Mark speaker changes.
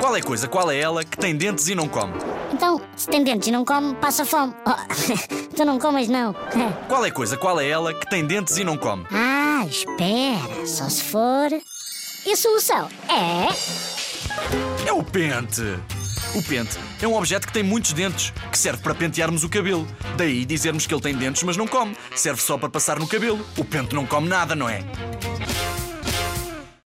Speaker 1: Qual é coisa, qual é ela que tem dentes e não come?
Speaker 2: Então, se tem dentes e não come, passa fome. Oh, tu não comas, não.
Speaker 1: Qual é coisa, qual é ela que tem dentes e não come?
Speaker 2: Ah, espera, só se for. E a solução é.
Speaker 1: É o pente! O pente é um objeto que tem muitos dentes, que serve para pentearmos o cabelo. Daí dizermos que ele tem dentes, mas não come. Serve só para passar no cabelo. O pente não come nada, não é?